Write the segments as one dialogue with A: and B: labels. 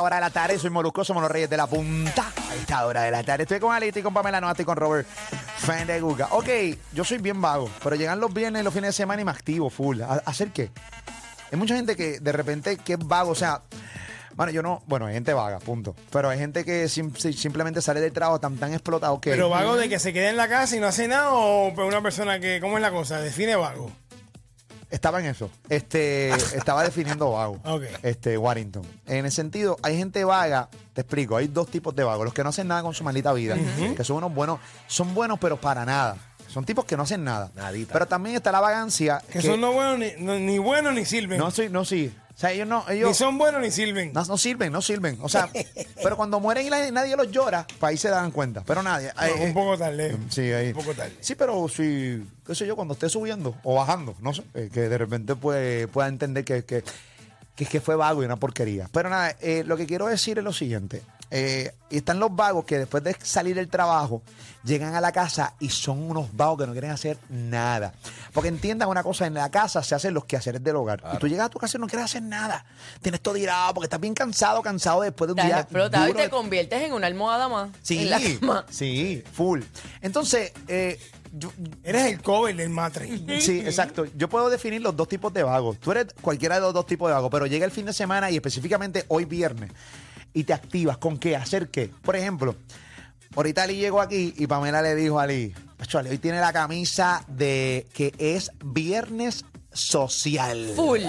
A: Hora de la tarde, soy Molusco, somos los reyes de la punta. A esta hora de la tarde. Estoy con Alita y con Pamela Noa, estoy con Robert Fendeguga. Ok, yo soy bien vago, pero llegan los viernes y los fines de semana y me activo full. ¿A- ¿Hacer qué? Hay mucha gente que de repente que es vago, o sea, bueno, yo no, bueno, hay gente vaga, punto. Pero hay gente que sim- si- simplemente sale del trabajo tan tan explotado que...
B: Pero vago de que se quede en la casa y no hace nada o pues una persona que, ¿cómo es la cosa? Define vago.
A: Estaba en eso. Este, estaba definiendo vago.
B: Ok.
A: Este, Warrington. En el sentido, hay gente vaga, te explico, hay dos tipos de vagos. Los que no hacen nada con su maldita vida, que son unos buenos, son buenos pero para nada. Son tipos que no hacen nada.
C: Nadita.
A: Pero también está la vagancia.
B: Que, son no buenos ni, no- ni buenos ni sirven.
A: No, sí, no, sí. O sea, ellos no,
B: ni
A: ellos
B: son buenos ni sirven.
A: no, no sirven, no sirven. O sea, pero cuando mueren y la- nadie los llora, para ahí se dan cuenta. Pero nadie.
B: No,
A: eh,
B: un poco tarde.
A: Sí, ahí.
B: Un poco tarde.
A: Sí, pero si, qué sé yo, cuando esté subiendo o bajando, no sé, eh, que de repente puede- pueda entender que, que, que, es que fue vago y una porquería. Pero nada, eh, lo que quiero decir es lo siguiente. eh, y están los vagos que después de salir del trabajo llegan a la casa y son unos vagos que no quieren hacer nada. Porque entiendan una cosa, en la casa se hacen los quehaceres del hogar. Y tú llegas a tu casa y no quieres hacer nada. Tienes todo tirado porque estás bien cansado, cansado después de un
D: Estás
A: día.
D: explotado y
A: duro
D: te
A: de-
D: conviertes en una almohada más.
A: Sí,
D: En la cama.
A: sí, full. Entonces, eh, yo-
B: Eres el cover del matre.
A: sí, exacto. Yo puedo definir los dos tipos de vagos. Tú eres cualquiera de los dos tipos de vagos, pero llega el fin de semana y específicamente hoy viernes y te activas con qué, hacer qué. Por ejemplo, ahorita Ali llegó aquí y Pamela le dijo a Ali, "Acho, Ali, hoy tiene la camisa de que es viernes social.
D: Full.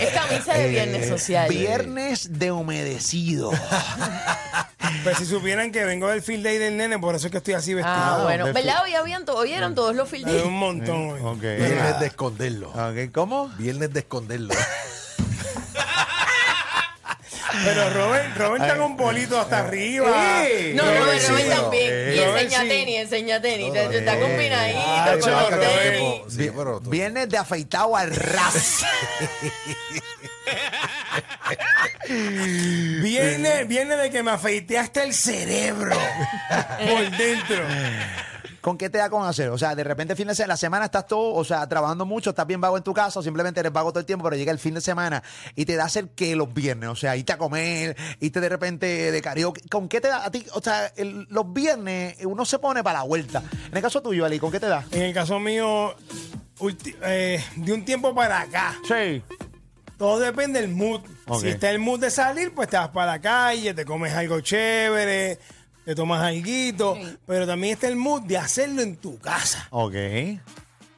D: Es camisa de viernes
A: Eh,
D: social. Ah,
A: Viernes de humedecido.
B: Pero Pues si supieran que vengo del field day del nene, por eso es que estoy así vestido.
D: Ah,
A: Ah, de
D: bueno.
A: full.
D: ¿Verdad? Hoy, habían to- hoy
A: Mm.
D: eran todos los field
B: Me veo
D: days.
B: un montón hoy.
A: Eh, Ok.
C: Viernes
A: Ah.
C: de esconderlo.
A: Ok, ¿Cómo?
C: Viernes de esconderlo.
B: Pero Robert, Robert está con bolito hasta arriba.
A: ¡Ey!
D: No, no,
B: Robert
D: Robert
B: sí,
A: Robert
B: pero-
D: también.
A: eh,
D: y
B: Robert
D: enseña
B: Eh, sí.
D: tenis, enseña tenis. Te- te Está
A: eh.
D: combinadito
B: Ah,
D: con
B: chaval,
D: los
B: Robert.
D: tenis.
C: Sí, pero tú-
A: Viernes de afeitado al ras. Eh.
B: Viene, viene de que me afeité hasta el cerebro. por dentro.
A: ¿Con qué te da con hacer? O sea, de repente fin de semana, la semana estás todo, o sea, trabajando mucho, estás bien vago en tu casa, o simplemente eres vago todo el tiempo, pero llega el fin de semana y te da hacer que los viernes, o sea, irte a comer, irte de repente de karaoke. ¿Con qué te da a ti? O sea, el- los viernes eh, uno se pone para la vuelta. En el caso tuyo, Ali, ¿con qué te da?
B: En el caso mío, ulti- eh, de un tiempo para acá.
A: Sí.
B: Todo depende del mood.
A: Ok.
B: Si está el mood de salir, pues te vas para la calle, te comes algo chévere, te tomas alguito. Pero también está el mood de hacerlo en tu casa.
A: Ok.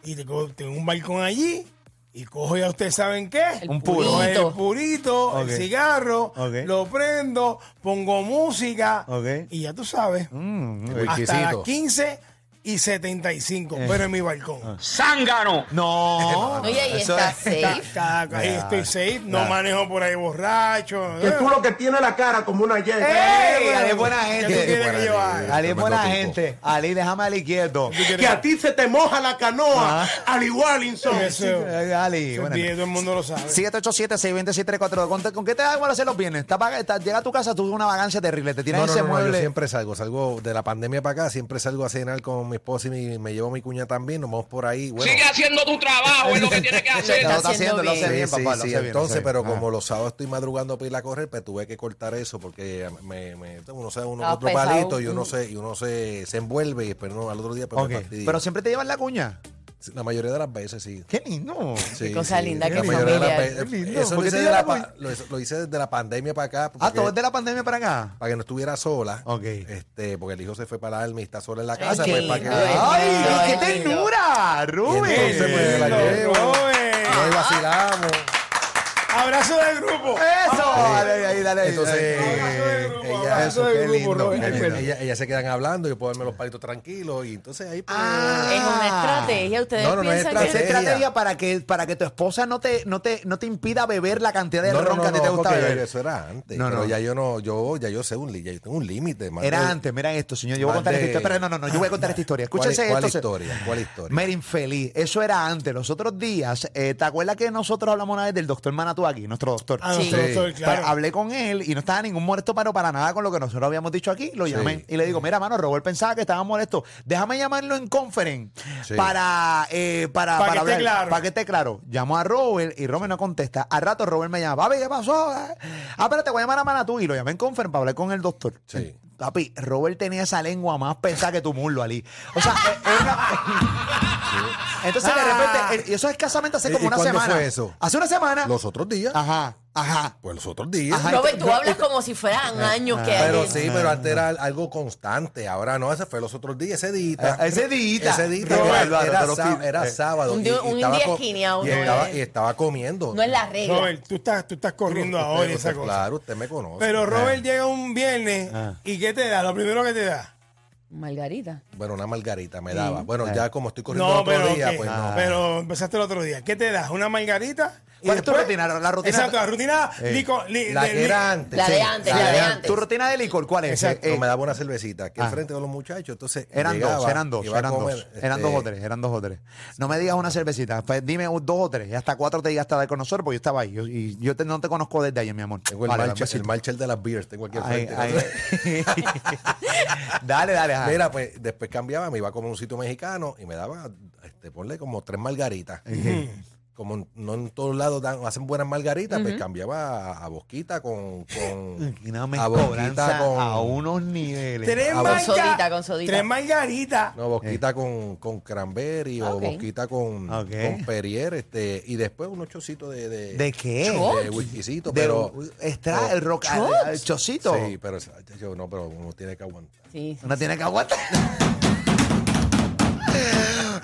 B: Y te co- tengo un balcón allí y cojo, ya ustedes saben qué.
D: El
A: Un puro.
B: Cojo
D: purito.
B: El purito,
A: Ok.
B: el cigarro,
A: Ok.
B: lo prendo, pongo música
A: Ok. Mm,
B: y ya tú sabes. hasta las
C: Exquisito.
B: 15 y 75,
A: Eh.
B: pero en mi balcón.
A: Ah. No.
D: Oye, ahí
A: Oh. Eso
D: está
A: es-
D: safe.
B: Ca- ca- Ahí estoy safe, no manejo por ahí borracho.
E: Que tú lo que tiene la cara como una yegua.
F: Eh.
A: ¡Ey! Ali es buena
B: ¿Qué tú
A: gente.
B: quieres que yo haga?
A: Ali es buena
C: Tremendo
A: gente. Ali, déjame a Ali quieto.
E: Que a ti se te moja la
F: Ah.
E: canoa. Al igual, Inson.
B: Eso-
A: Eh, Ali,
B: eso
A: buena
B: bien, todo el mundo lo sabe.
A: 787-626-342. ¿Con, ¿Con qué te da igual hacer los viernes? Está pa- está- llega a tu casa, tú una vagancia terrible, te tiras
C: No,
A: en
C: no,
A: ese
C: no, no, yo
A: mueble.
C: siempre salgo, salgo de la pandemia para acá, siempre salgo a cenar con mi esposa y mi- me llevo a mi cuña también, nos vamos por ahí. Bueno,
G: Sigue haciendo tu trabajo, es lo que tienes que
D: Lo
G: hacer.
D: está
A: Lo está haciendo,
D: haciendo
A: lo hace
D: bien.
A: bien,
C: sí,
A: papá.
C: sí,
A: lo
C: sí,
A: hace bien, lo
C: entonces,
A: hace bien. Ah.
C: pero
A: Ajá.
C: como los sábados estoy madrugando para ir a correr, pues tuve que cortar eso porque me, me- uno se da uno
D: Ah,
C: otro
D: pesado.
C: palito y uno se, y uno se, se envuelve y pero no, al otro día pues
A: Ah, Ok,
C: me fastidia.
A: Pero siempre te llevan la cuña.
C: la mayoría de las veces sí.
A: Qué lindo.
C: Sí,
D: cosa linda,
C: la
D: qué
C: mayoría de las
D: familiar.
C: veces-
A: Qué lindo.
C: Eso
A: ¿Por
C: lo
A: qué
C: hice,
A: te
C: de la
A: llevan la
C: pa- lo hice- lo hice desde la pandemia para acá.
A: Ah, todo
C: porque-
A: es de la pandemia para acá.
C: para que no estuviera sola.
A: Ok.
C: Este, porque el hijo se fue para la army y está sola en la casa.
D: qué
C: pues, para que,
D: lindo. Ay,
A: ¡Ay, qué
D: lindo.
A: ternura!
C: Y
A: ¡Rubén!
C: entonces, pues,
B: Qué
C: la
B: lindo,
C: llevo.
B: Robert.
C: y ahí vacilamos.
B: Abrazo del grupo.
A: ¡Eso! Oh, Dale ahí, dale ahí.
C: Entonces, eh,
B: Abrazo del grupo,
C: ella,
B: abrazo
A: eso,
B: del
A: qué
B: grupo,
A: lindo,
B: Robert.
A: qué
B: Ay,
C: ella-
B: perdón.
C: ella- ellas se quedan hablando, yo puedo darme los palitos tranquilos y entonces ahí pues,
D: Es una
A: Ah.
D: estrategia. Ustedes
C: No, no, no es
D: piensan
A: Pero
D: que.
A: esa estrategia para que, para que tu esposa no te, no, te, no te impida beber la cantidad de
C: no,
A: ron
C: no,
A: que
C: no,
A: a ti te
C: no,
A: gusta
C: porque
A: beber.
C: eso era antes.
A: No,
C: pero
A: no.
C: ya yo no, yo, ya yo sé un, li- ya yo tengo un límite. más
A: Era
C: de-
A: antes, miren esto, señor. Yo voy a
C: Más
A: contar esta
C: de-
A: historia. Pero no, no, no, yo voy a contar esta historia.
C: ¿Cuál-
A: Escúchense
C: cuál
A: esto. se-
C: historia? ¿Cuál historia?
A: Mera infeliz. Eso era antes. Los otros días, eh, ¿te acuerdas que nosotros hablamos una vez del doctor Manatú aquí, nuestro doctor?
B: Ah,
D: Sí.
B: nosotros,
C: Sí.
B: claro.
A: Pues, hablé con él y no estaba ningún muerto paro para nada con lo que nosotros habíamos dicho aquí. Lo llamé y le digo, mira, mano, Robert pensaba que estaba molesto. Déjame llamarlo en conference
C: Sí.
A: para, eh, para,
B: Pa' que
A: para
B: esté claro.
A: Para que esté claro. Llamo a Robert y Robert no contesta. Al rato Robert me llama, papi, ¿qué pasó? Ah, espérate, voy a llamar a Manatú. Y lo llamé en conference para hablar con el doctor.
C: Sí.
A: Papi, Robert tenía esa lengua más pesada que tu muslo, Ali. O sea, eh, era- entonces de repente, eh, y eso escasamente hace
C: ¿Y-
A: como
C: y
A: una
C: cuándo
A: semana.
C: fue eso?
A: Hace una semana.
C: Los otros días.
A: Ajá, ajá.
C: Pues los otros días.
A: Ah. Ajá.
D: Robert, tú hablas como si fueran
A: Ah,
D: años que hay.
C: Pero sí, pero antes era algo constante. Ahora no, ese fue los otros días, ese día.
A: Ah, ese dita.
C: Ese día
A: Qué bárbaro,
C: era,
A: pero
C: sá-
A: sí.
C: era
A: Eh.
C: sábado.
D: Un
C: y-
D: día-
C: y
D: un
C: estaba
D: día
C: co-
D: esquineado,
C: Y
D: no
C: estaba,
D: es.
C: y estaba comiendo.
D: No es la regla.
B: Robert, tú estás, tú estás corriendo
C: Usted-
B: ahora y
C: usted-
B: esa cosa.
C: Claro, Ah. usted me conoce.
B: Pero Robert llega un viernes y ¿qué te da? Lo primero que te da.
D: Margarita.
C: Bueno, una margarita me daba. Bueno, ya como estoy corriendo
B: Ah. No,
C: otro
B: pero, ah.
C: día,
B: ok.
C: pues no.
B: pero empezaste el otro día. ¿Qué te das? ¿Una margarita? y
A: ¿Cuál es tu
B: después-
A: rutina? La- la rutina-
B: Exacto, la rutina lico- li-
C: Eh, la
B: de-
C: que
B: li-
C: era antes.
D: La de
C: sí,
D: antes,
C: la
D: la
C: de
D: de
C: antes.
D: antes.
A: ¿Tu rutina de licor cuál es?
B: Exacto.
A: Eh,
C: No, me daba una cervecita aquí
A: Ah.
C: enfrente de los muchachos. Entonces,
A: eran dos,
C: llegaba,
A: eran dos,
C: iba a
A: eran dos.
C: comer,
A: Eran dos
C: este,
A: o tres, eran dos o tres. No me digas una cervecita, pues dime un- dos o tres. Y hasta cuatro te llegaste a dar con nosotros porque yo estaba ahí. Yo- y yo te- no te conozco desde ayer, mi amor.
C: Tengo el,
A: Vale, pues,
C: marcher,
A: dame
C: el marcher de las beers, tengo aquí al
A: Ay,
C: frente.
A: ay. dale, dale. ajá.
C: Mira, pues después cambiaba, me iba a comer un sitio mexicano y me daba, este, ponle como tres margaritas. Mm. Como en- no en todos lados dan- hacen buenas margaritas, pues cambiaba a, a Bosquita con. con
A: Y nada, me
C: a
A: cobranza
C: Bosquita con.
A: a unos niveles.
B: Tres
C: Con
B: marga-
D: sodita, con sodita.
B: Tres margaritas.
C: No, Bosquita con, con cranberry
D: Ah,
C: o
D: ok.
C: Bosquita con,
A: Eh. Ok.
C: con Perrier. Este, y después unos chocitos de. ¿De,
A: ¿De qué?
C: De whiskycito,
A: De-
C: pero.
A: Extra, el rock, el chocito.
C: Sí, pero, esa- yo, no, pero uno tiene que aguantar.
D: Sí.
A: Uno tiene que aguantar.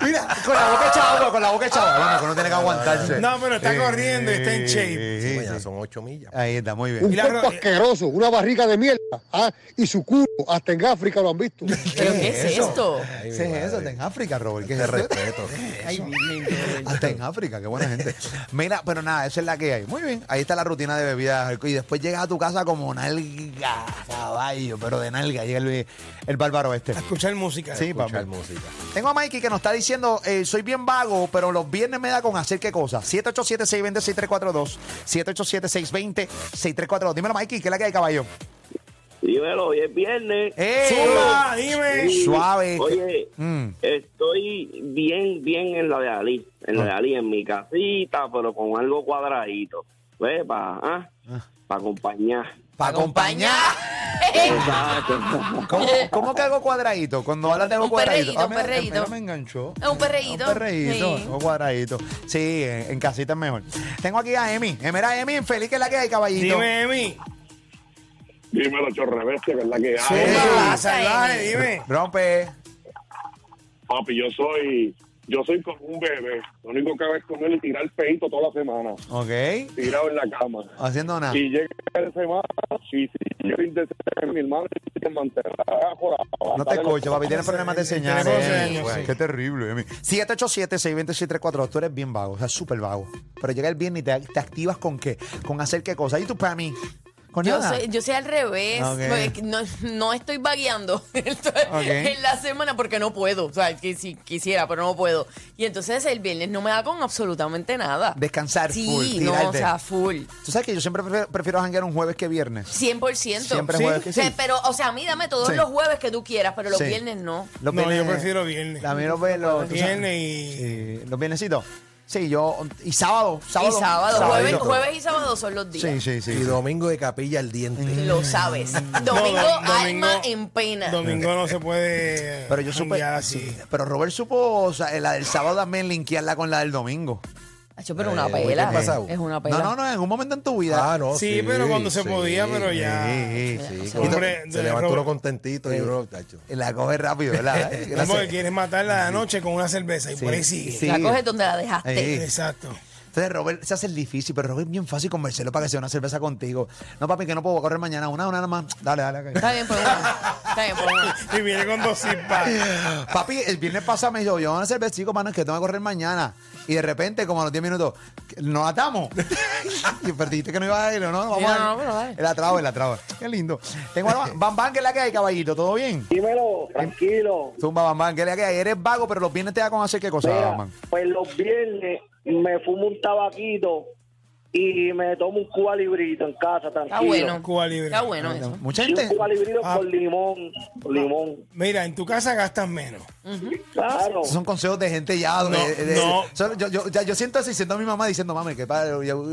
A: Mira, con la boca echada, agua, con la boca echada. Bueno, que uno tiene que aguantarse.
B: No, pero está corriendo y está en shape.
C: Sí, mañana son ocho millas.
A: Ahí está, muy
F: Un
A: bien.
B: Y la
F: cuerpo
E: eh.
B: ro-
F: asqueroso, una barriga de mierda. ah, Y su culo, hasta en África lo han visto.
D: ¿Pero qué es esto?
C: Ay, mi
A: ¿Qué Ah, es eso? Está
C: madre.
A: en África, Robert. ¿Qué es
C: Te
A: eso?
C: respeto.
A: Hasta en África, qué buena gente. Mira, pero nada, esa es la que hay. Muy bien, ahí está la rutina de bebidas alco- Y después llegas a tu casa como nalga, caballo, pero de nalga. Llega el, el bárbaro este.
B: A escuchar música.
A: Sí, papi.
C: Escuchar música.
A: Tengo a Mikey que nos está diciendo, eh, soy bien vago, pero los viernes me da con hacer qué cosa. 787-620-6342. 787-620-6342. Dímelo, Mikey, ¿qué es la que hay, caballo?
H: Dímelo, hoy es viernes.
A: ¡Eh!
B: Zumba, Ah, dime.
H: Sí.
A: Suave.
H: Oye,
A: Mm.
H: estoy bien, bien en la de Ali. En
A: Ah.
H: la de Ali, en mi casita, pero con algo cuadradito. ¿Ves? Para
A: Ah.
H: acompañar.
A: Para acompañar. Eh.
H: Exacto.
A: ¿Cómo, cómo que algo cuadradito? Cuando hablas de algo
D: Un
A: cuadradito. Ah,
D: perreíto, un
A: mira,
D: perreíto.
A: mira, me enganchó.
D: Un perreíto.
A: Un perreíto,
D: Sí.
A: un cuadradito. Sí, en, en casita es mejor. Tengo aquí a Emi. Emi, era Emi, feliz que es la que hay, caballito.
B: Dime, Emi.
E: Dímelo, chorrebestia, que es la que hay.
A: Eh,
B: Zumba,
D: Emi.
B: Ah, salvaje, dime.
A: Rompe.
E: Papi, yo soy, yo soy como un bebé. Lo único que hago es comer y tirar peito toda la semana,
A: Ok.
E: tirado en la cama.
A: Haciendo Ah, nada.
E: Y llega la semana, sí, sí, yo intenté mi hermano y se mantendrá por abajo.
A: No te escucho, papi. Tienes problemas de señal.
B: Tenemos
A: eh,
B: señal,
A: güey.
B: sí.
A: Qué terrible, Emi. 787-626-342. Tú eres bien vago, o sea, súper vago. Pero llega el viernes y te, te activas con qué? Con hacer qué cosa. ¿Y tú para mí? Con
D: Yo
A: nada.
D: soy, yo soy al revés.
A: Ok.
D: porque No, no estoy vagueando Entonces,
A: Ok.
D: en la semana porque no puedo. O sea, que si quisiera, pero no puedo. Y entonces el viernes no me da con absolutamente nada.
A: Descansar
D: Sí,
A: full,
D: no,
A: tirarte.
D: o sea, full.
A: Tú sabes que yo siempre prefiero, prefiero janguear un jueves que viernes.
D: 100%.
A: Siempre Sí. jueves que
D: O sea,
A: sí.
D: Pero, o sea, a mí dame todos
A: Sí.
D: los jueves que tú quieras, pero los
A: Sí.
D: viernes no.
A: Los
B: No,
A: viernes-
B: yo prefiero viernes.
A: A mí los ve- los- tú sabes-
B: Viernes y-
A: Sí, los viernesitos. Sí, yo. Y sábado.
D: Y
A: sábado
D: sábado. Jueves,
A: Sabadito.
D: jueves y sábado son los días.
A: Sí, sí, sí.
C: Y domingo de capilla al diente.
B: Mm.
D: Lo sabes.
B: No,
D: Domingo,
B: dom-
D: alma en pena.
B: Domingo no se puede.
A: Pero yo supe.
B: janguear así.
A: sí, pero Robert supo o sea, la del sábado también linkearla con la del domingo.
D: Hacho, pero una
C: Eh, ¿qué
D: pela.
C: te pasa?
D: Es una pela.
A: No, no, no, en un momento en tu vida.
C: Ah, no.
B: Sí, pero cuando se podía, pero ya.
A: Sí, sí.
C: Sí,
D: Sí,
C: cuando
B: hombre,
C: se
B: de
C: levantó
B: Robert-
C: uno contentito y uno, tacho.
A: La coge rápido, ¿verdad? Eh,
B: No,
A: gracias.
B: porque quieres matarla de la noche con una cerveza y por ahí sigue.
A: Sí.
D: La coges donde la dejaste.
A: Ahí.
B: Exacto.
A: Entonces Robert se hace el difícil, pero Robert es bien fácil convencerlo para que sea una cerveza contigo. No, papi, que no puedo correr mañana. Una, una nada más. Dale, dale. ok.
D: Está bien, pues una. Está bien, pues una.
B: Y viene con dos simpas.
A: Papi, el viernes pasado me dijo, yo una cerveza, chico, mano, es que tengo que correr mañana. Y de repente, como a los 10 minutos, nos atamos. y perdiste que no iba a ir, ¿no? no vamos
D: Sí,
A: a ir.
D: no, no, pero dale.
A: El atrabo, el atrabo. Qué lindo. Tengo a Bambán, que es la que hay, caballito, ¿todo bien?
H: Dímelo, tranquilo.
A: Tumba, Bambán, que es la que hay. Eres vago, pero los viernes te da con hacer qué cosa,
H: Mira,
A: Bambán.
H: pues los viernes me fumo un tabaquito y me tomo un cuba librito en casa, tranquilo.
D: Está Ah, bueno.
B: Cuba Libre.
D: Está bueno eso.
A: Mucha
H: Y un
A: gente.
H: cuba librito
B: Ah.
H: con limón, con limón.
B: Mira, en tu casa gastas menos.
H: Claro.
A: Esos son consejos de gente ya. de-
B: No,
A: de- de-
B: no.
A: son- yo, yo, ya, yo siento así, siento a mi mamá diciendo, mami, que padre. yo- yo-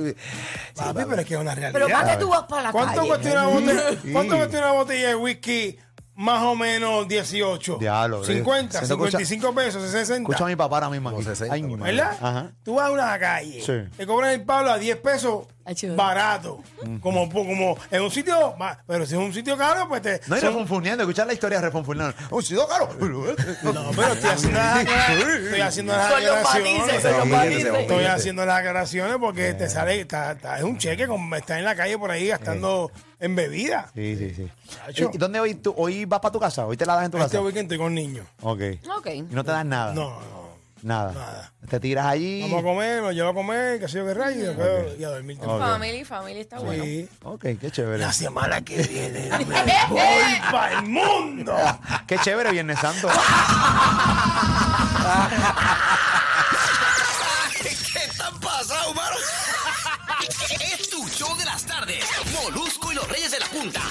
B: Papi, pero es que es una realidad.
D: Pero para que tú vas para la
B: ¿Cuánto
D: calle. eh?
B: cuesta una botella?
A: Ah. Sí.
B: ¿Cuánto cuesta una botella de whisky? Más o menos 18.
A: Diablo,
B: 50,
A: eh.
B: 55 pesos, 60.
A: Escucha a mi papá ahora mismo.
C: Como
A: aquí.
C: 60,
A: Ay, mi madre.
B: ¿Verdad?
A: Ajá.
B: Tú vas a una calle,
A: Sí.
B: te cobran el palo a 10 pesos
D: Ay, chido.
B: barato. Como, como en un sitio, ba- pero si es un sitio caro, pues te.
A: No, y
B: son-
A: refunfuneando, escuchar la historia refunfuneando. Un sido caro.
B: No, pero estoy haciendo las aclaraciones. Estoy haciendo las
D: Son los
B: aclaraciones.
D: matices, son los
C: matices.
B: Estoy haciendo las aclaraciones porque te sale, está, está- es un cheque, como está en la calle por ahí gastando en bebida.
A: Sí, sí, sí.
B: Chacho.
A: ¿Y dónde hoy tú? ¿Hoy vas para tu casa? ¿Hoy te la das en tu
B: Este
A: casa?
B: weekend estoy con niños.
A: Ok.
D: Ok.
A: Y no te das nada.
B: No, no.
A: Nada.
B: nada.
A: Te tiras allí.
B: Vamos a comer, lo llevo a comer, que sé yo qué rayo, y después- y a dormir temprano.
D: Family, family está bueno.
B: Sí.
A: Ok, qué chévere.
B: La semana que viene me voy para el mundo.
A: Qué chévere, Viernes Santo.
I: ¿Qué tan pasado, mano? Es tu show de las tardes. Molusco y los Reyes de la Punta.